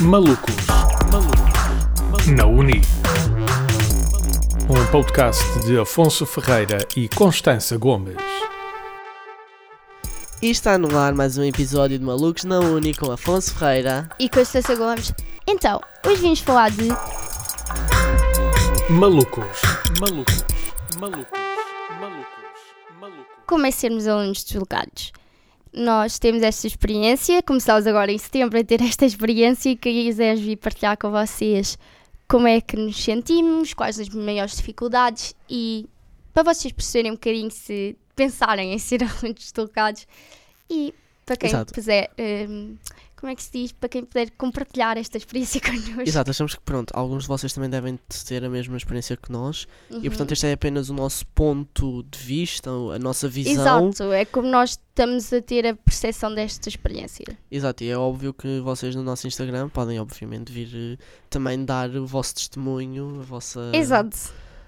Malucos. Malucos. Na Uni. Um podcast de Afonso Ferreira e Constança Gomes. E está no ar mais um episódio de Malucos na Uni com Afonso Ferreira. e com a Constança Gomes. Então, hoje vimos falar de Malucos. Malucos. Malucos. Malucos. Malucos. como é sermos alunos deslocados. Nós temos esta experiência, começámos agora em setembro a ter esta experiência e quiseres vir partilhar com vocês como é que nos sentimos, quais as maiores dificuldades e para vocês perceberem um bocadinho se pensarem em ser alunos deslocados e para quem Exato. puder, hum, como é que se diz, para quem puder compartilhar esta experiência connosco. Exato, achamos que pronto, alguns de vocês também devem ter a mesma experiência que nós. Uhum. E portanto este é apenas o nosso ponto de vista, a nossa visão. Exato, é como nós estamos a ter a percepção desta experiência. Exato, e é óbvio que vocês no nosso Instagram podem obviamente vir eh, também dar o vosso testemunho, a vossa... Exato.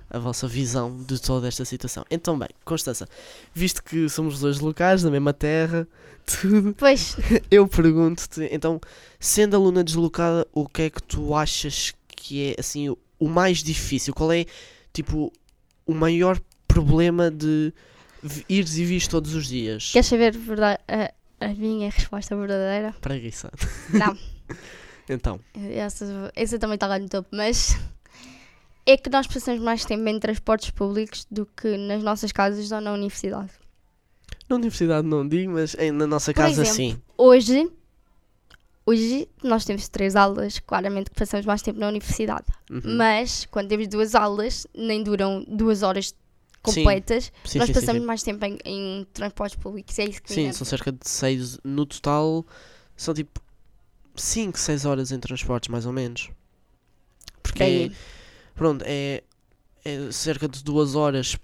a vossa visão de toda esta situação. Então, bem, Constança, visto que somos dois locais da mesma terra, tudo, Pois, eu pergunto-te, então, sendo aluna deslocada, o que é que tu achas que é, assim, o- o mais difícil? Qual é, tipo, o maior problema de vi- ires e vires todos os dias? queres saber verda- a, a minha resposta verdadeira? Preguiça. Não. então, Essa, essa também está lá no topo, mas é que nós passamos mais tempo em transportes públicos do que nas nossas casas ou na universidade. na universidade não digo, mas em- na nossa Por casa exemplo. sim. Hoje, hoje nós temos três aulas, claramente que passamos mais tempo na universidade. Uhum. Mas quando temos duas aulas, nem duram duas horas completas. Sim, nós sim, sim, passamos sim. mais tempo em, em transportes públicos, é isso que Sim, me são cerca de 6. No total, são tipo 5, 6 horas em transportes, mais ou menos. Porque, é, pronto, é, é cerca de 2 horas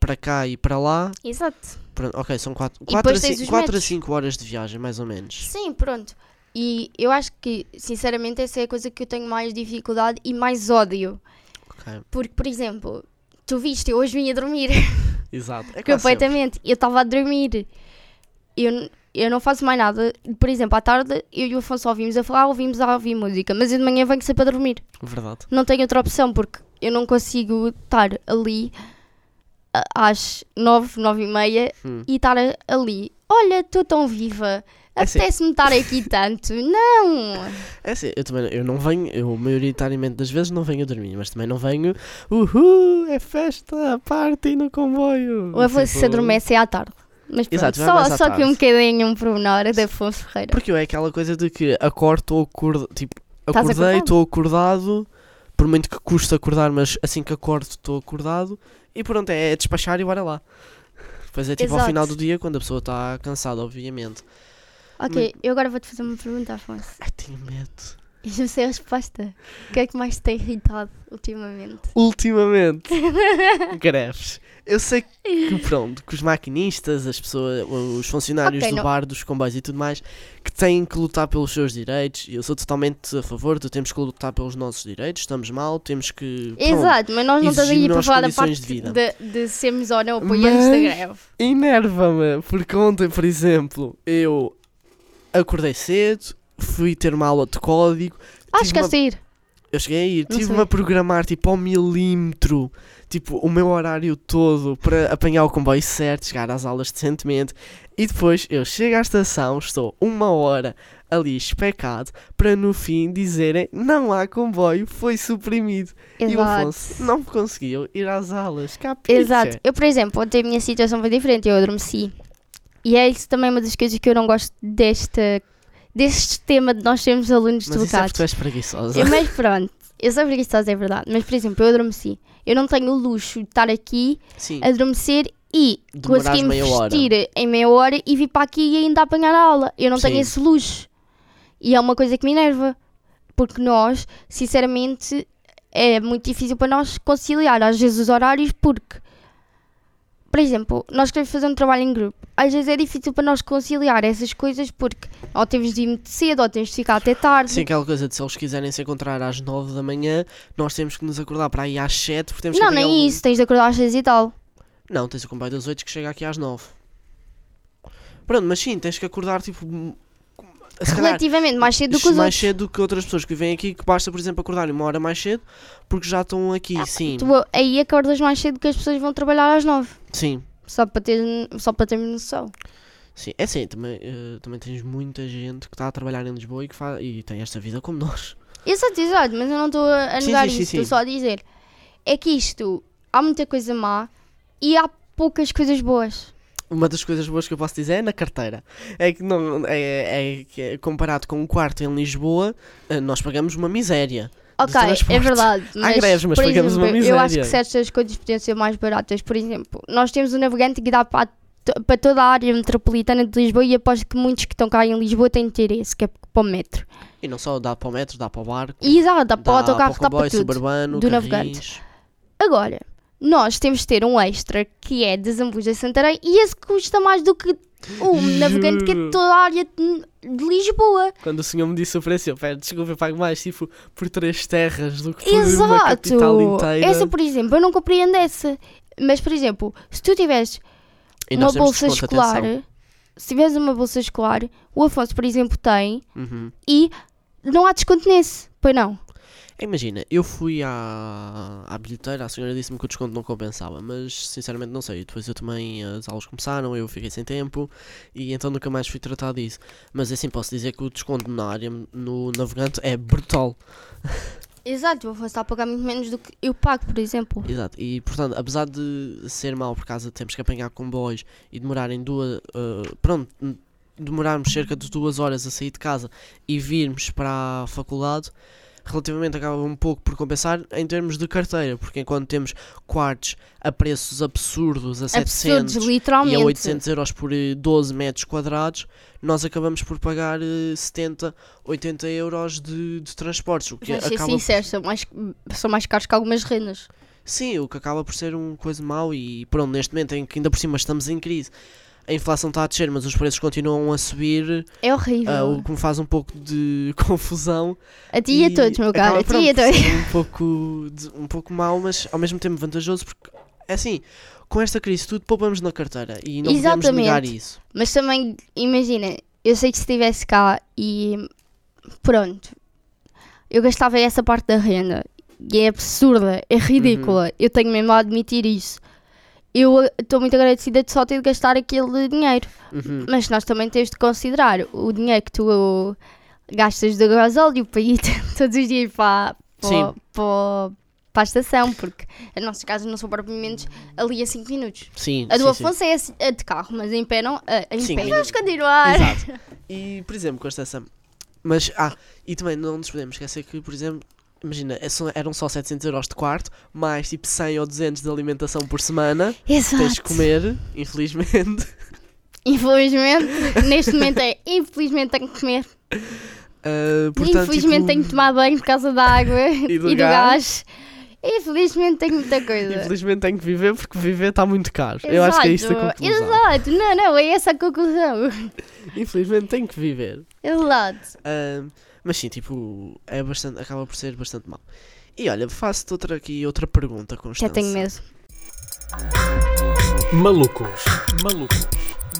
para cá e para lá. Exato. Pronto, ok, são 4, E 4, a, depois tens cin- os quatro a metros. 5 horas de viagem, mais ou menos. Sim, pronto. E eu acho que, sinceramente, essa é a coisa que eu tenho mais dificuldade e mais ódio. Ok, Porque, por exemplo, tu viste, eu hoje vinha dormir exato. É quase sempre. completamente. Eu estava a dormir. Eu, n- eu não faço mais nada. Por exemplo, à tarde eu e o Afonso só ouvimos a falar, ouvimos a ouvir música. Mas eu de manhã venho sempre a dormir. Verdade. não tenho outra opção porque eu não consigo estar ali a- às nove, nove e meia Hum. e estar a- ali. Olha, estou tão viva. É assim. Apetece-me estar aqui tanto. Não! É assim, eu também eu não venho, eu maioritariamente das vezes não venho a dormir, mas também não venho. Uhul, é festa, party no comboio. O Afonso se Tipo, é adormece à tarde. Mas pronto, Exato, vai mais só, à só que um tarde. bocadinho um pormenor da Afonso Ferreira. Porque eu é aquela coisa de que acordo, estou acordado. Tipo, Estás acordei, acordado. estou acordado. Por muito que custa acordar, mas assim que acordo, estou acordado. E pronto, é, despachar e bora lá. Pois é, tipo, ao Exato. final do dia, quando a pessoa está cansada, obviamente. Ok, eu agora vou-te fazer uma pergunta, Afonso. Ai, tenho medo. E não sei a resposta. O que é que mais te tem irritado ultimamente? Ultimamente, greves. Eu sei que, pronto, que os maquinistas, as pessoas, os funcionários Ok, do não- bar, dos comboios e tudo mais, que têm que lutar pelos seus direitos. E eu sou totalmente a favor de temos que lutar pelos nossos direitos. Estamos mal, temos que. pronto, Exato, mas nós não estamos aí exigir para nós falar da parte condições de de, vida. de sermos ou não apoiantes da Mas- greve. Enerva-me, porque ontem, por exemplo, eu acordei cedo, fui ter uma aula de código. Acho tive que é uma- sair. Eu cheguei a ir, Não tive-me sei. a programar tipo ao milímetro, tipo o meu horário todo para apanhar o comboio certo, chegar às aulas decentemente. E depois eu chego à estação, estou uma hora ali especado para no fim dizerem não há comboio, foi suprimido. E o Afonso é. não conseguiu ir às aulas, capiche. Exato. Eu, por exemplo, ontem a minha situação foi diferente, eu adormeci. E é isso também uma das coisas que eu não gosto deste, deste tema de nós sermos Mas alunos isso é porque deslocados. tu és preguiçosa. Eu- mas pronto, eu sou preguiçosa, é verdade. Mas, por exemplo, eu adormeci. Eu não tenho o luxo de estar aqui, Sim. adormecer e Demorares conseguir-me meia hora. vestir em meia hora e vir para aqui e ainda apanhar a aula. Eu não Sim. tenho esse luxo. E é uma coisa que me enerva. Porque nós, sinceramente, é muito difícil para nós conciliar às vezes os horários porque, por exemplo, nós queremos fazer um trabalho em grupo. Às vezes é difícil para nós conciliar essas coisas porque ou temos de ir muito cedo ou temos de ficar até tarde. Sim, aquela coisa de se eles quiserem se encontrar às 9 da manhã, nós temos que nos acordar para ir às 7, porque temos não, que apanhar nem o- isso, tens de acordar às seis e tal. Não, tens o comboio das 8 que chega aqui às 9. Pronto, mas sim, tens que acordar tipo. se calhar, Relativamente, mais cedo do que os mais outros. cedo do que outras pessoas que vêm aqui, que basta, por exemplo, acordarem uma hora mais cedo, porque já estão aqui, sim. Ah, Tu Tipo, aí acordas mais cedo que as pessoas vão trabalhar às nove. Sim, Só para, ter, só para termos noção. sim. É assim, também, eh, também tens muita gente que está a trabalhar em Lisboa e, que faz, e tem esta vida como nós. Exato, exato, mas eu não estou a Sim, negar sim, isso, sim, estou sim. só a dizer. É que isto, há muita coisa má e há poucas coisas boas. Uma das coisas boas que eu posso dizer é na carteira. É que, não, é, é que é comparado com um quarto em Lisboa, eh, nós pagamos uma miséria. Dos Ok, é transportes. verdade. Mas, greves, mas por pagamos exemplo, uma Eu acho miséria. que certas coisas podiam ser mais baratas. Por exemplo, nós temos um navegante que dá para, to- para toda a área metropolitana de Lisboa e aposto que muitos que estão cá em Lisboa têm de ter esse, que é para o metro. E não só dá para o metro, dá para o barco, E exato, dá para dá o para autocarro, o dá para comboio tudo. suburbano, do carris. navegante. Agora, nós temos de ter um extra que é de Zambuja a Santarém e esse custa mais do que um navegante que é de toda a área de, de Lisboa. Quando o senhor me disse o preço, eu pede desculpa, eu pago mais, tipo, por três terras do que por uma capital Exato! inteira. Essa, por exemplo, eu não compreendo essa. Mas, por exemplo, se tu tiveres E uma nós temos bolsa desconto, escolar, atenção. se tiveres uma bolsa escolar, o Afonso, por exemplo, tem Uhum. e não há desconto nesse. Pois não. Imagina, eu fui à, à bilheteira, a senhora disse-me que o desconto não compensava, mas sinceramente não sei. Depois eu também, eh, as aulas começaram, eu fiquei sem tempo e então nunca mais fui tratar disso. Mas assim, posso dizer que o desconto na área, no navegante, é brutal. Exato, o Afonso está a pagar muito menos do que eu pago, por exemplo. Exato, e portanto, apesar de ser mau por causa de termos que apanhar comboios e demorarem duas. eh, pronto, n- demorarmos cerca de duas horas a sair de casa e virmos para a faculdade, relativamente acaba um pouco por compensar em termos de carteira, porque enquanto temos quartos a preços absurdos, a 700 Absurdos, literalmente. e é a 800 euros por eh, 12 metros quadrados, nós acabamos por pagar eh, 70, 80 euros de, de transportes, o que Vou ser acaba sincero, são mais, são mais caros que algumas rendas. Sim, o que acaba por ser uma coisa mau e pronto, neste momento em que ainda por cima estamos em crise, a inflação está a descer, mas os preços continuam a subir, É horrível. ah, o que me faz um pouco de confusão. a ti e a todos, meu caro. acaba, A é ti pronto, por e a todos. ser Um pouco, de- um pouco mau, mas ao mesmo tempo vantajoso, porque é assim, com esta crise tudo poupamos na carteira e não podemos negar Exatamente. isso. Mas também, imagina, eu sei que se estivesse cá e pronto, eu gastava essa parte da renda e é absurda, é ridícula. Uhum. Eu tenho mesmo a admitir isso. Eu eh, estou muito agradecida de só ter de gastar aquele dinheiro. Uhum. Mas nós também temos de considerar o dinheiro que tu uh, gastas de gasóleo para ir todos os dias para, para, Sim. para, para a estação, porque as nossas casas não são propriamente ali a 5 minutos. Sim, A do sim, sim. Afonso é assim- é de carro, mas em pé não. a- Em Sim, pé em- vamos continuar. Exato. E, por exemplo, com esta Sam. Mas, ah, e também não nos podemos esquecer que, por exemplo, imagina, é só- eram só 700 euros de quarto, mais tipo 100 ou 200 de alimentação por semana. Exato. Tens de comer, infelizmente. Infelizmente, neste momento é infelizmente tenho que comer. Ah, portanto, infelizmente tipo, tenho que tomar banho por causa da água e do, do gás. Infelizmente tenho muita coisa. Infelizmente tenho que viver porque viver está muito caro. Eu acho que é isto a Exato, conclusão. Exato, não, não, é essa a conclusão. Infelizmente tenho que viver. Exato. Ahm, mas sim, tipo, é bastante, acaba por ser bastante mau. E olha, faço-te outra aqui outra pergunta, Já Constança. tenho medo. Malucos. Malucos.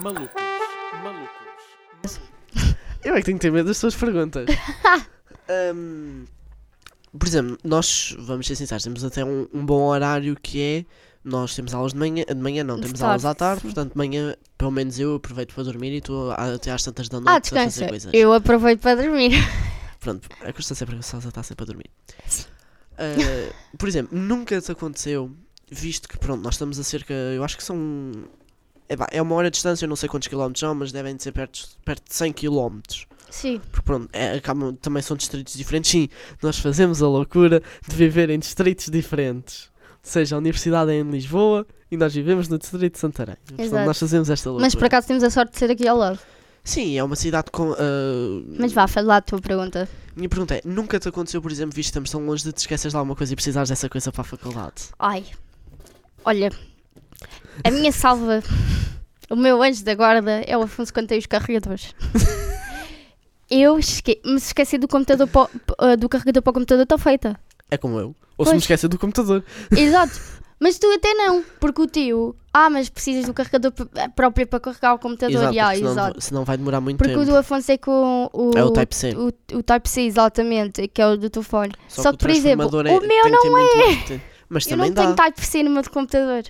Malucos. Malucos. Eu é que tenho que ter medo das tuas perguntas. Hum, por exemplo, nós, vamos ser sinceros, temos até um, um bom horário que é. Nós temos aulas de manhã, de manhã não, De temos tarde, aulas à tarde, sim. portanto, de manhã, pelo menos eu aproveito para dormir e estou a- até às tantas da noite Ah, a descansa. fazer coisas. Eu aproveito para dormir. Pronto, a Constância Preguiçosa está sempre a dormir. Sim. Ah, por exemplo, nunca te aconteceu, visto que, pronto, nós estamos a cerca, eu acho que são. É, pá, é uma hora de distância, eu não sei quantos quilómetros são, mas devem de ser perto, perto de 100 quilómetros. Sim. Porque pronto, é, acabam, também são distritos diferentes. Sim, nós fazemos a loucura de viver em distritos diferentes. Ou seja, a universidade é em Lisboa e nós vivemos no distrito de Santarém. Portanto, Exato. nós fazemos esta loucura. Mas por acaso temos a sorte de ser aqui ao lado. Sim, é uma cidade com. ah, Mas vá, faz lá a tua pergunta. Minha pergunta é: nunca te aconteceu, por exemplo, visto que estamos tão longe de te esqueces de alguma coisa e precisares dessa coisa para a faculdade? Ai. Olha, a minha salva, o meu anjo da guarda é o Afonso quando tem os carregadores. Eu esque me esqueci do computador ah, pa- pa- do carregador para o computador, estou feita. É como eu. Ou Pois. se me esquecer do computador. Exato. Mas tu até não, porque o teu, ah, mas precisas do carregador p- próprio para carregar o computador. e, ah, porque senão, exato. senão vai demorar muito Porque o tempo. do Afonso é com o, É o Type-C. o, o Type-C, exatamente, que é o do telefone. Só, que, o por exemplo, transformador o meu tem que ter não é. muito mais potência. Mas Eu também não dá. tenho Type-C no meu computador.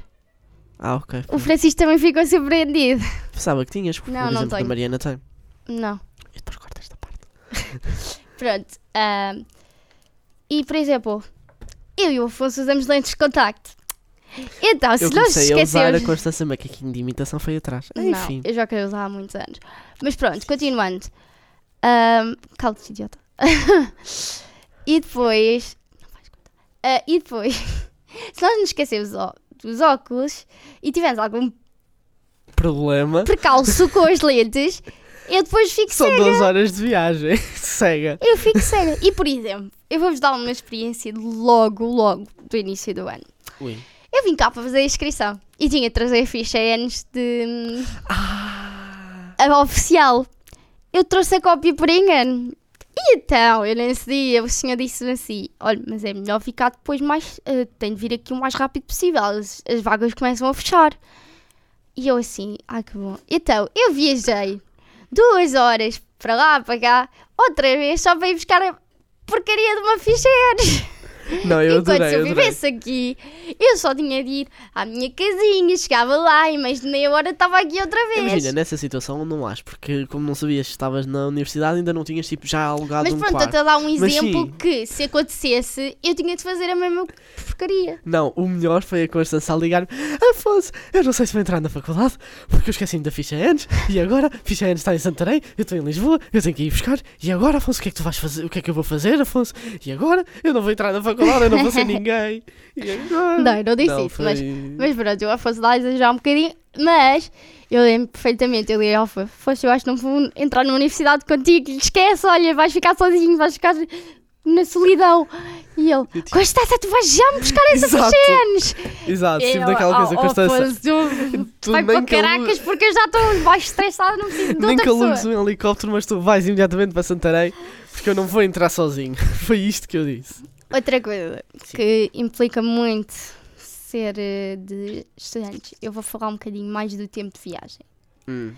Ah, ok. O Francisco também ficou surpreendido. Pensava que tinhas, porque Não, por não exemplo, a tenho. Mariana tem. Não. E depois corta esta parte. Pronto. ah, e, por exemplo, eu e o Afonso usamos lentes de contacto. Então, se eu nós comecei a usar esquecemos... a Constança Macaquinho de imitação foi atrás. Não, Enfim. eu já quero usar há muitos anos. Mas pronto, continuando. Ahm, Cala-te, idiota. e depois. Não faz conta. Ah, e depois, se nós nos esquecemos ó- dos óculos e tivermos algum Problema. percalço com as lentes, eu depois fico São cega. duas horas de viagem. Cega. Eu fico cega. E por exemplo, eu vou-vos dar uma experiência de logo, logo do início do ano. Ui. Eu vim cá para fazer a inscrição e tinha de trazer a ficha anos de. hum, a oficial. Eu trouxe a cópia por engano. E então, eu nesse dia, o senhor disse-me assim: olha, mas é melhor ficar depois mais. eh, tem de vir aqui o mais rápido possível, as, as vagas começam a fechar. E eu assim: ah, que bom. Então, eu viajei duas horas para lá, para cá, outra vez só para ir buscar a porcaria de uma ficha anos. Não, eu Enquanto adorei, se eu adorei. vivesse aqui, eu só tinha de ir à minha casinha, chegava lá e mais de meia hora estava aqui outra vez. Imagina, nessa situação não acho, porque como não sabias se estavas na universidade, ainda não tinhas tipo já alugado Mas um pronto, quarto. até lá um Mas exemplo sim. que se acontecesse, eu tinha de fazer a mesma porcaria. Não, o melhor foi a Constança a ligar-me "Ah, Afonso, eu não sei se vou entrar na faculdade Porque eu esqueci-me da ficha antes E agora, ficha antes está em Santarém Eu estou em Lisboa, eu tenho que ir buscar E agora, Afonso, o que é que tu vais fazer? O que é que eu vou fazer, Afonso? E agora, eu não vou entrar na faculdade Eu não vou ser ninguém E agora? Não, eu não disse isso, mas- Mas pronto, eu fosse lá exagerar um bocadinho, mas eu lembro perfeitamente, eu liguei ao Afonso, Afonso, eu acho que não vou entrar na universidade contigo, esquece, olha, vais ficar sozinho, vais ficar na solidão. E ele, Eu te- Constança, tu vais já me buscar essa Exato. Xenes! Exato, sempre Eu, daquela oh, coisa, oh, Constança Afonso, tu- tu vai para nem que alu- caracas porque eu já estou baixo estressada, não preciso de é outra Nem que pessoa. alugues um helicóptero, mas tu vais imediatamente para Santarém Porque eu não vou entrar sozinho Foi isto que eu disse Outra coisa Sim. que implica muito ser eh, de estudantes, eu vou falar um bocadinho mais do tempo de viagem. Hum.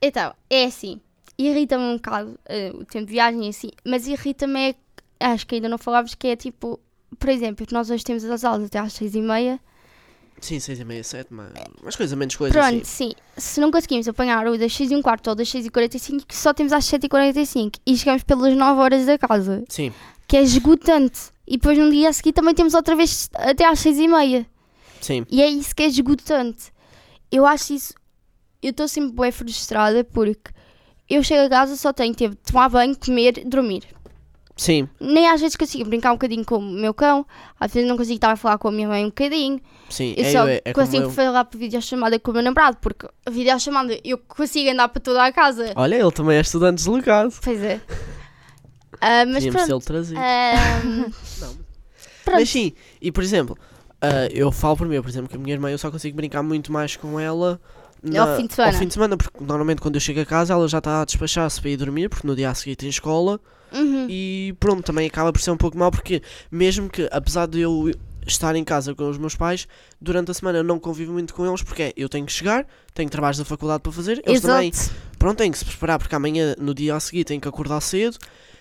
Então, é assim, irrita-me um bocado eh, o tempo de viagem, e assim, mas irrita-me é, acho que ainda não falámos, que é tipo, por exemplo, nós hoje temos as aulas até às seis e meia, Sim, 6 e meia, 7, mas, mas coisa menos coisa assim. Pronto, sim. Se não conseguimos apanhar o das 6 e um quarto ou das 6 e 45 que só temos às 7 e 45 e chegamos pelas 9 horas da casa, Sim, que é esgotante. E depois no dia a seguir também temos outra vez até às 6 e meia. sim. E é isso que é esgotante. Eu acho isso... Eu estou sempre bem frustrada porque eu chego a casa só tenho tempo de tomar banho, comer, dormir. Sim, Nem às vezes consigo brincar um bocadinho com o meu cão, às vezes não consigo estar a falar com a minha mãe um bocadinho. sim. Eu é, só é, é como consigo eu. falar por videochamada com o meu namorado, porque a videochamada eu consigo andar para toda a casa. Olha, ele também é estudante deslocado. Pois é. Ah, mas Tínhamos de pronto. ele trazido. Ahm, pronto. Mas sim, e por exemplo, ah, eu falo por mim, por exemplo, que a minha irmã eu só consigo brincar muito mais com ela na- fim de semana. Ao fim de semana, porque normalmente quando eu chego a casa ela já está a despachar-se para ir dormir, porque no dia a seguir tem escola. Uhum. E pronto, também acaba por ser um pouco mal, porque mesmo que, apesar de eu estar em casa com os meus pais, durante a semana eu não convivo muito com eles, porque é, eu tenho que chegar, tenho trabalhos da faculdade para fazer, eles Exato. também pronto, tem que se preparar porque amanhã, no dia a seguir, tem que acordar cedo.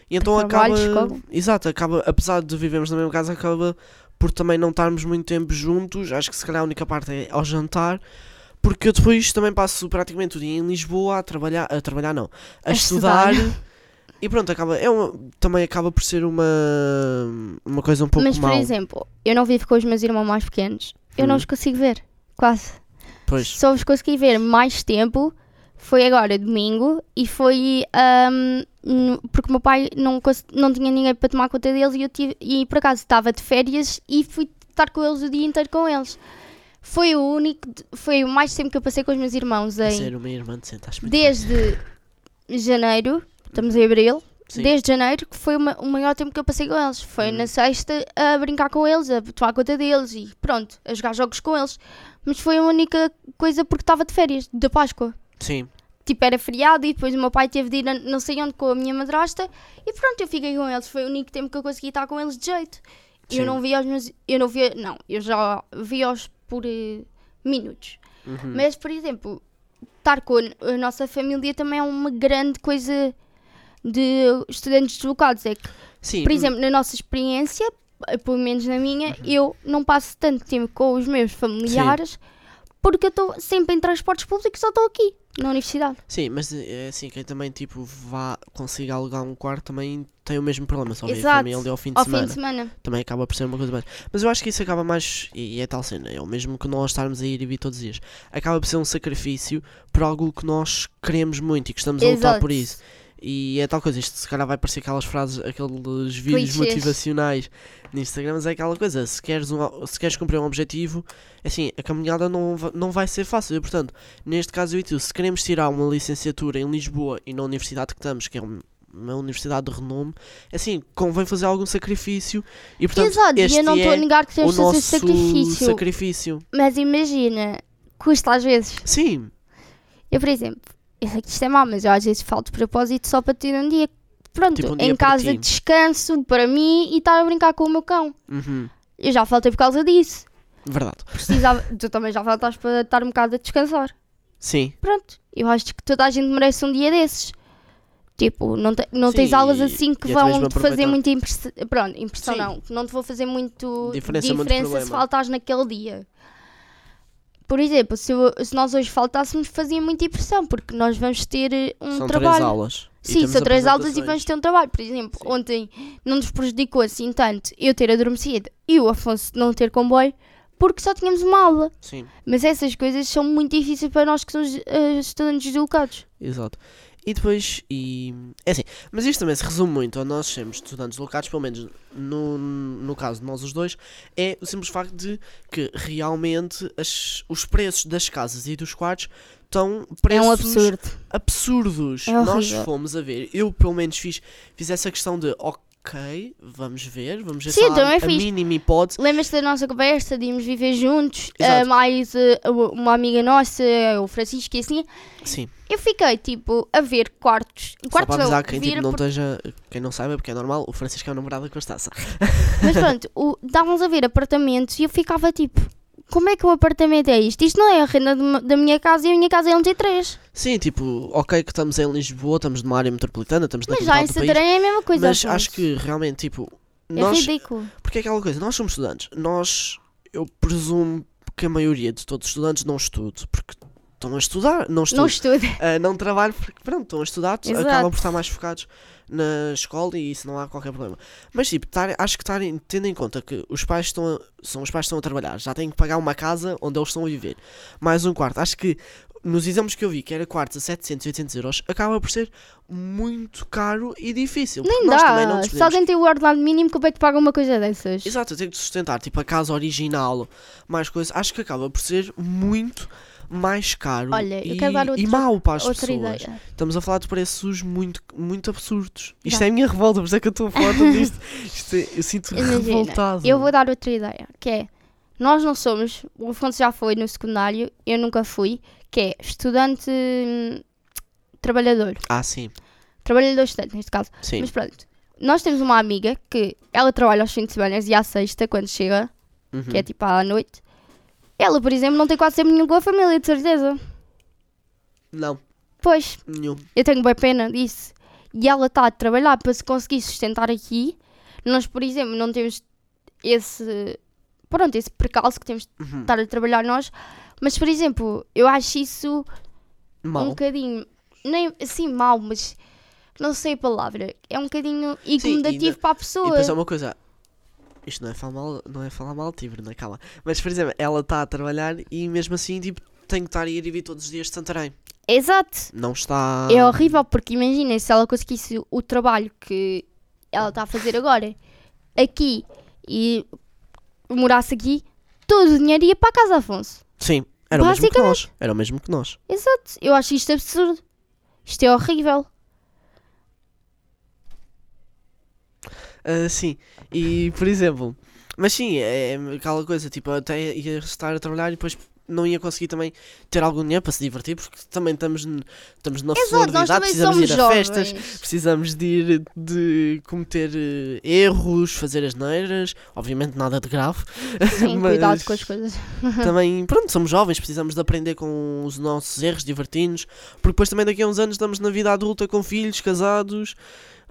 E então trabalho, acaba. escola. Exato, acaba, apesar de vivermos na mesma casa, acaba por também não estarmos muito tempo juntos. Acho que se calhar a única parte é ao jantar. Porque eu depois também passo praticamente o dia em Lisboa a trabalhar, a trabalhar não, a, A estudar. estudar. E pronto, acaba, é uma, também acaba por ser uma, uma coisa um pouco Mas, por mal. exemplo, eu não vivo com os meus irmãos mais pequenos. Eu não Hum. os consigo ver. Quase. Pois, Só os consegui ver mais tempo. Foi agora, domingo, e foi ahm, no- porque o meu pai não, cons- não tinha ninguém para tomar conta deles e eu tive, e por acaso estava de férias e fui estar com eles o dia inteiro com eles. Foi o único, de- foi o mais tempo que eu passei com os meus irmãos a em ser uma irmã de sentas muito bem. desde janeiro, estamos em abril, Sim. Uhum. desde janeiro que foi o ma- o maior tempo que eu passei com eles. Foi na sexta a brincar com eles, a tomar conta deles e pronto, a jogar jogos com eles. Mas foi a única coisa porque estava de férias, da Páscoa. Sim, Tipo, era feriado e depois o meu pai teve de ir a não sei onde com a minha madrasta e pronto, eu fiquei com eles. Foi o único tempo que eu consegui estar com eles de jeito. Eu não vi aos meus. Eu não vi. Não, eu já vi aos por eh, minutos. Uhum. Mas, por exemplo, estar com a nossa família também é uma grande coisa de estudantes deslocados. É que, Sim, Uhum. por exemplo, na nossa experiência, eh, pelo menos na minha, eu não passo tanto tempo com os meus familiares porque eu estou sempre em transportes públicos, só estou aqui, na universidade. sim, mas eh, é assim, quem também tipo vá, consiga alugar um quarto também tem o mesmo problema, só vê a Exato. família ao fim de Ao semana. fim de semana. Também acaba por ser uma coisa mais. Mas eu acho que isso acaba mais. E, e é tal cena, é o mesmo que nós estarmos a ir e vir todos os dias. Acaba por ser um sacrifício por algo que nós queremos muito e que estamos a lutar Exato. por isso. E é tal coisa, isto se calhar vai parecer aquelas frases, aqueles vídeos Clichês. motivacionais no Instagram, mas é aquela coisa, se queres, um- se queres cumprir um objetivo, assim, a caminhada não, va- não vai ser fácil. E, portanto, neste caso eu e tu, se queremos tirar uma licenciatura em Lisboa e na universidade que estamos, que é um- uma universidade de renome, assim, convém fazer algum sacrifício. E, portanto, Exato, e este eu não estou a é negar que o tens de fazer nosso sacrifício. sacrifício. Mas imagina, custa às vezes. Sim, Eu, por exemplo, eu sei que isto é mau, mas eu às vezes falo de propósito só para ter um dia. Pronto, Tipo um dia em para casa ti. descanso para mim e estar a brincar com o meu cão. uhum, Eu já faltei por causa disso. verdade. Precisava, tu também já faltaste para estar um bocado a descansar. Sim, Pronto, eu acho que toda a gente merece um dia desses. Tipo, não, te- não tens Sim, aulas e- assim que e até vão mesmo te fazer aproveitar. muita impressão. Pronto, impressão Sim. não. que Não te vou fazer muito Diferença é diferença, muito se problema. faltares naquele dia. Por exemplo, se, eu- se nós hoje faltássemos, fazia muita impressão, porque nós vamos ter eh, um são trabalho. três aulas. E Sim, temos são três aulas e vamos apresentações. ter um trabalho. Por exemplo, Sim. ontem não nos prejudicou assim tanto eu ter adormecido e o Afonso não ter comboio, porque só tínhamos uma aula. Sim, Mas essas coisas são muito difíceis para nós que somos eh, estudantes deslocados. exato. E depois, e. É assim, mas isto também se resume muito a nós sermos estudantes locados, pelo menos no, no caso de nós os dois, é o simples facto de que realmente as- os preços das casas e dos quartos estão É preços um absurdo. absurdos. É Nós horrível. fomos a ver, eu pelo menos fiz, fiz essa questão de ok, vamos ver, vamos ver Sim, se eu também há a fiz. mínima hipótese. Lembras-te da nossa conversa de irmos viver juntos? Exato. eh, mais eh, uma amiga nossa, o Francisco e assim. Sim, Eu fiquei tipo a ver quartos. só Quartos para não, avisar quem ver tipo, não esteja, quem não saiba, porque é normal, o Francisco é o namorado da Constança. Mas pronto, o- dávamos a ver apartamentos e eu ficava tipo, como é que o apartamento é isto? Isto não é a renda de uma- da minha casa e a minha casa é um T3. Sim, tipo, ok que estamos em Lisboa, estamos numa área metropolitana, estamos na Mas já em capital do país, Santarém é a mesma coisa. mas Afonso. acho que realmente, tipo, É nós, ridículo. porque é aquela coisa, nós somos estudantes, nós, eu presumo que a maioria de todos os estudantes não estudo, porque estão a estudar, não estudam. Não estuda. Ah, não trabalho porque, pronto, estão a estudar, t- Exato. acabam por estar mais focados na escola e isso não há qualquer problema. Mas, tipo, estar- acho que estarem, tendo em conta que os pais estão a, são os pais que estão a trabalhar, já têm que pagar uma casa onde eles estão a viver, mais um quarto. Acho que nos exames que eu vi, que era quartos a 700, 800 euros, acaba por ser muito caro e difícil. porque Nem nós também não dá. nos Só podemos- alguém tem o ordenado mínimo, como é que paga uma coisa dessas? Exato, eu tenho que sustentar, tipo, a casa original, mais coisas. Acho que acaba por ser muito mais caro Olha, eu e, quero dar e outra- mau para as Outra pessoas. ideia. Estamos a falar de preços muito, muito absurdos. Isto Já. é a minha revolta, por isso é que eu estou a falar tudo isto. Isto é- eu sinto Imagina, revoltado. Eu vou dar outra ideia, que é nós não somos, o Afonso já foi no secundário, eu nunca fui, que é estudante hum, trabalhador. Ah, sim, Trabalhador estudante, neste caso. sim. Mas pronto, nós temos uma amiga que ela trabalha aos fins de semana e à sexta, quando chega, Uhum. que é tipo à noite. Ela, por exemplo, não tem quase sempre nenhum com a família, de certeza. Não, Pois, nenhum. eu tenho bem pena disso. E ela está a trabalhar para se conseguir sustentar aqui. Nós, por exemplo, não temos esse. Pronto, esse percalço que temos de Uhum. estar a trabalhar nós. Mas, por exemplo, eu acho isso um Mal. bocadinho. Nem, assim, mau, mas. Não sei a palavra. É um bocadinho e incomodativo ainda- para a E pessoa. depois há um uma coisa. Isto não é falar mal, não é falar mal, Tibre, não é? Calma. Mas, por exemplo, ela está a trabalhar e mesmo assim, tipo, tem que estar a ir e vir todos os dias de Santarém. Exato. Não está. É horrível porque imaginem se ela conseguisse o trabalho que ela está a fazer agora aqui e morasse aqui, todo o dinheiro ia para a casa, Afonso. Sim, era o mesmo que Basicamente. nós. Era o mesmo que nós. Exato. Eu acho isto absurdo. Isto é horrível. Ah, sim, e por exemplo, mas sim, é aquela coisa, tipo, até ia estar a trabalhar e depois não ia conseguir também ter algum dinheiro para se divertir, porque também estamos, n- estamos na flor Exato, da idade, nós também precisamos somos ir a jovens. festas, precisamos de ir de cometer eh, erros, fazer asneiras, obviamente nada de grave. Sim, mas- cuidado com as coisas. também, pronto, somos jovens, precisamos de aprender com os nossos erros, divertir-nos, porque depois também daqui a uns anos estamos na vida adulta com filhos, casados,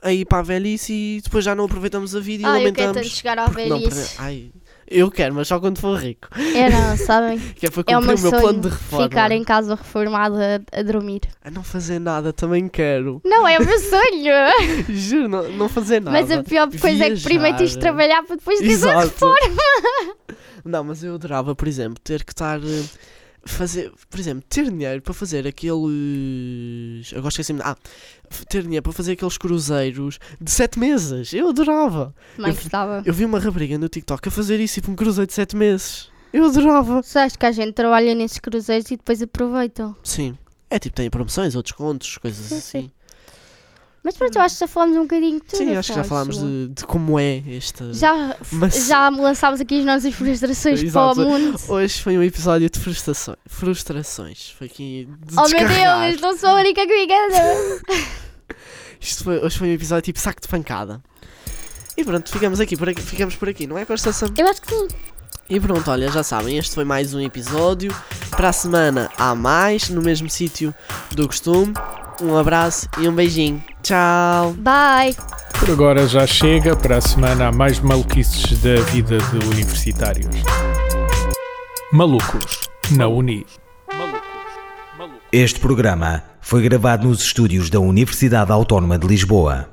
aí para a velhice e depois já não aproveitamos a vida e Ah, eu quero tanto lamentamos. chegar à porque não velhice. perder- Ai, eu quero, mas só quando for rico. É, não, sabem? Que é para cumprir É o o meu meu plano de sonho reforma. ficar em casa reformada a, a dormir. A não fazer nada, também quero. Não, é o meu sonho! Juro, não, não fazer nada. Mas a pior coisa é que primeiro tens de Viajar. trabalhar para depois teres a Exato. reforma. Não, mas eu adorava, por exemplo, ter que estar. eh, Fazer, por exemplo, ter dinheiro para fazer aqueles. Agora esqueci-me. Ah, f- ter dinheiro para fazer aqueles cruzeiros de 7 meses. Eu adorava. Mãe, Eu- gostava. Eu vi uma rapariga no TikTok a fazer isso, tipo um cruzeiro de 7 meses. Eu adorava. Sabes que a gente trabalha nesses cruzeiros e depois aproveitam. Sim. É tipo, tem promoções ou descontos, coisas Sim, sim. assim. Mas pronto, eu acho que já falámos um bocadinho de tudo. Sim, acho que já Afonso. falámos de, de como é esta. Já, Mas- já lançámos aqui as nossas frustrações Exato. para o mundo. Hoje foi um episódio de frustrações. Frustrações. Foi aqui. De Oh meu descarregar. Deus, não sou a única que me engana. Isto foi, hoje foi um episódio tipo saco de pancada. E pronto, ficamos aqui por aqui, ficamos por aqui, não é, Costa Sam? Eu acho que sim. E pronto, olha, já sabem, este foi mais um episódio. Para a semana há mais, no mesmo sítio do costume. Um abraço e um beijinho. Tchau! Bye. Por agora já chega, para a semana há mais maluquices da vida de universitários. Malucos, na Uni. Este programa foi gravado nos estúdios da Universidade Autónoma de Lisboa.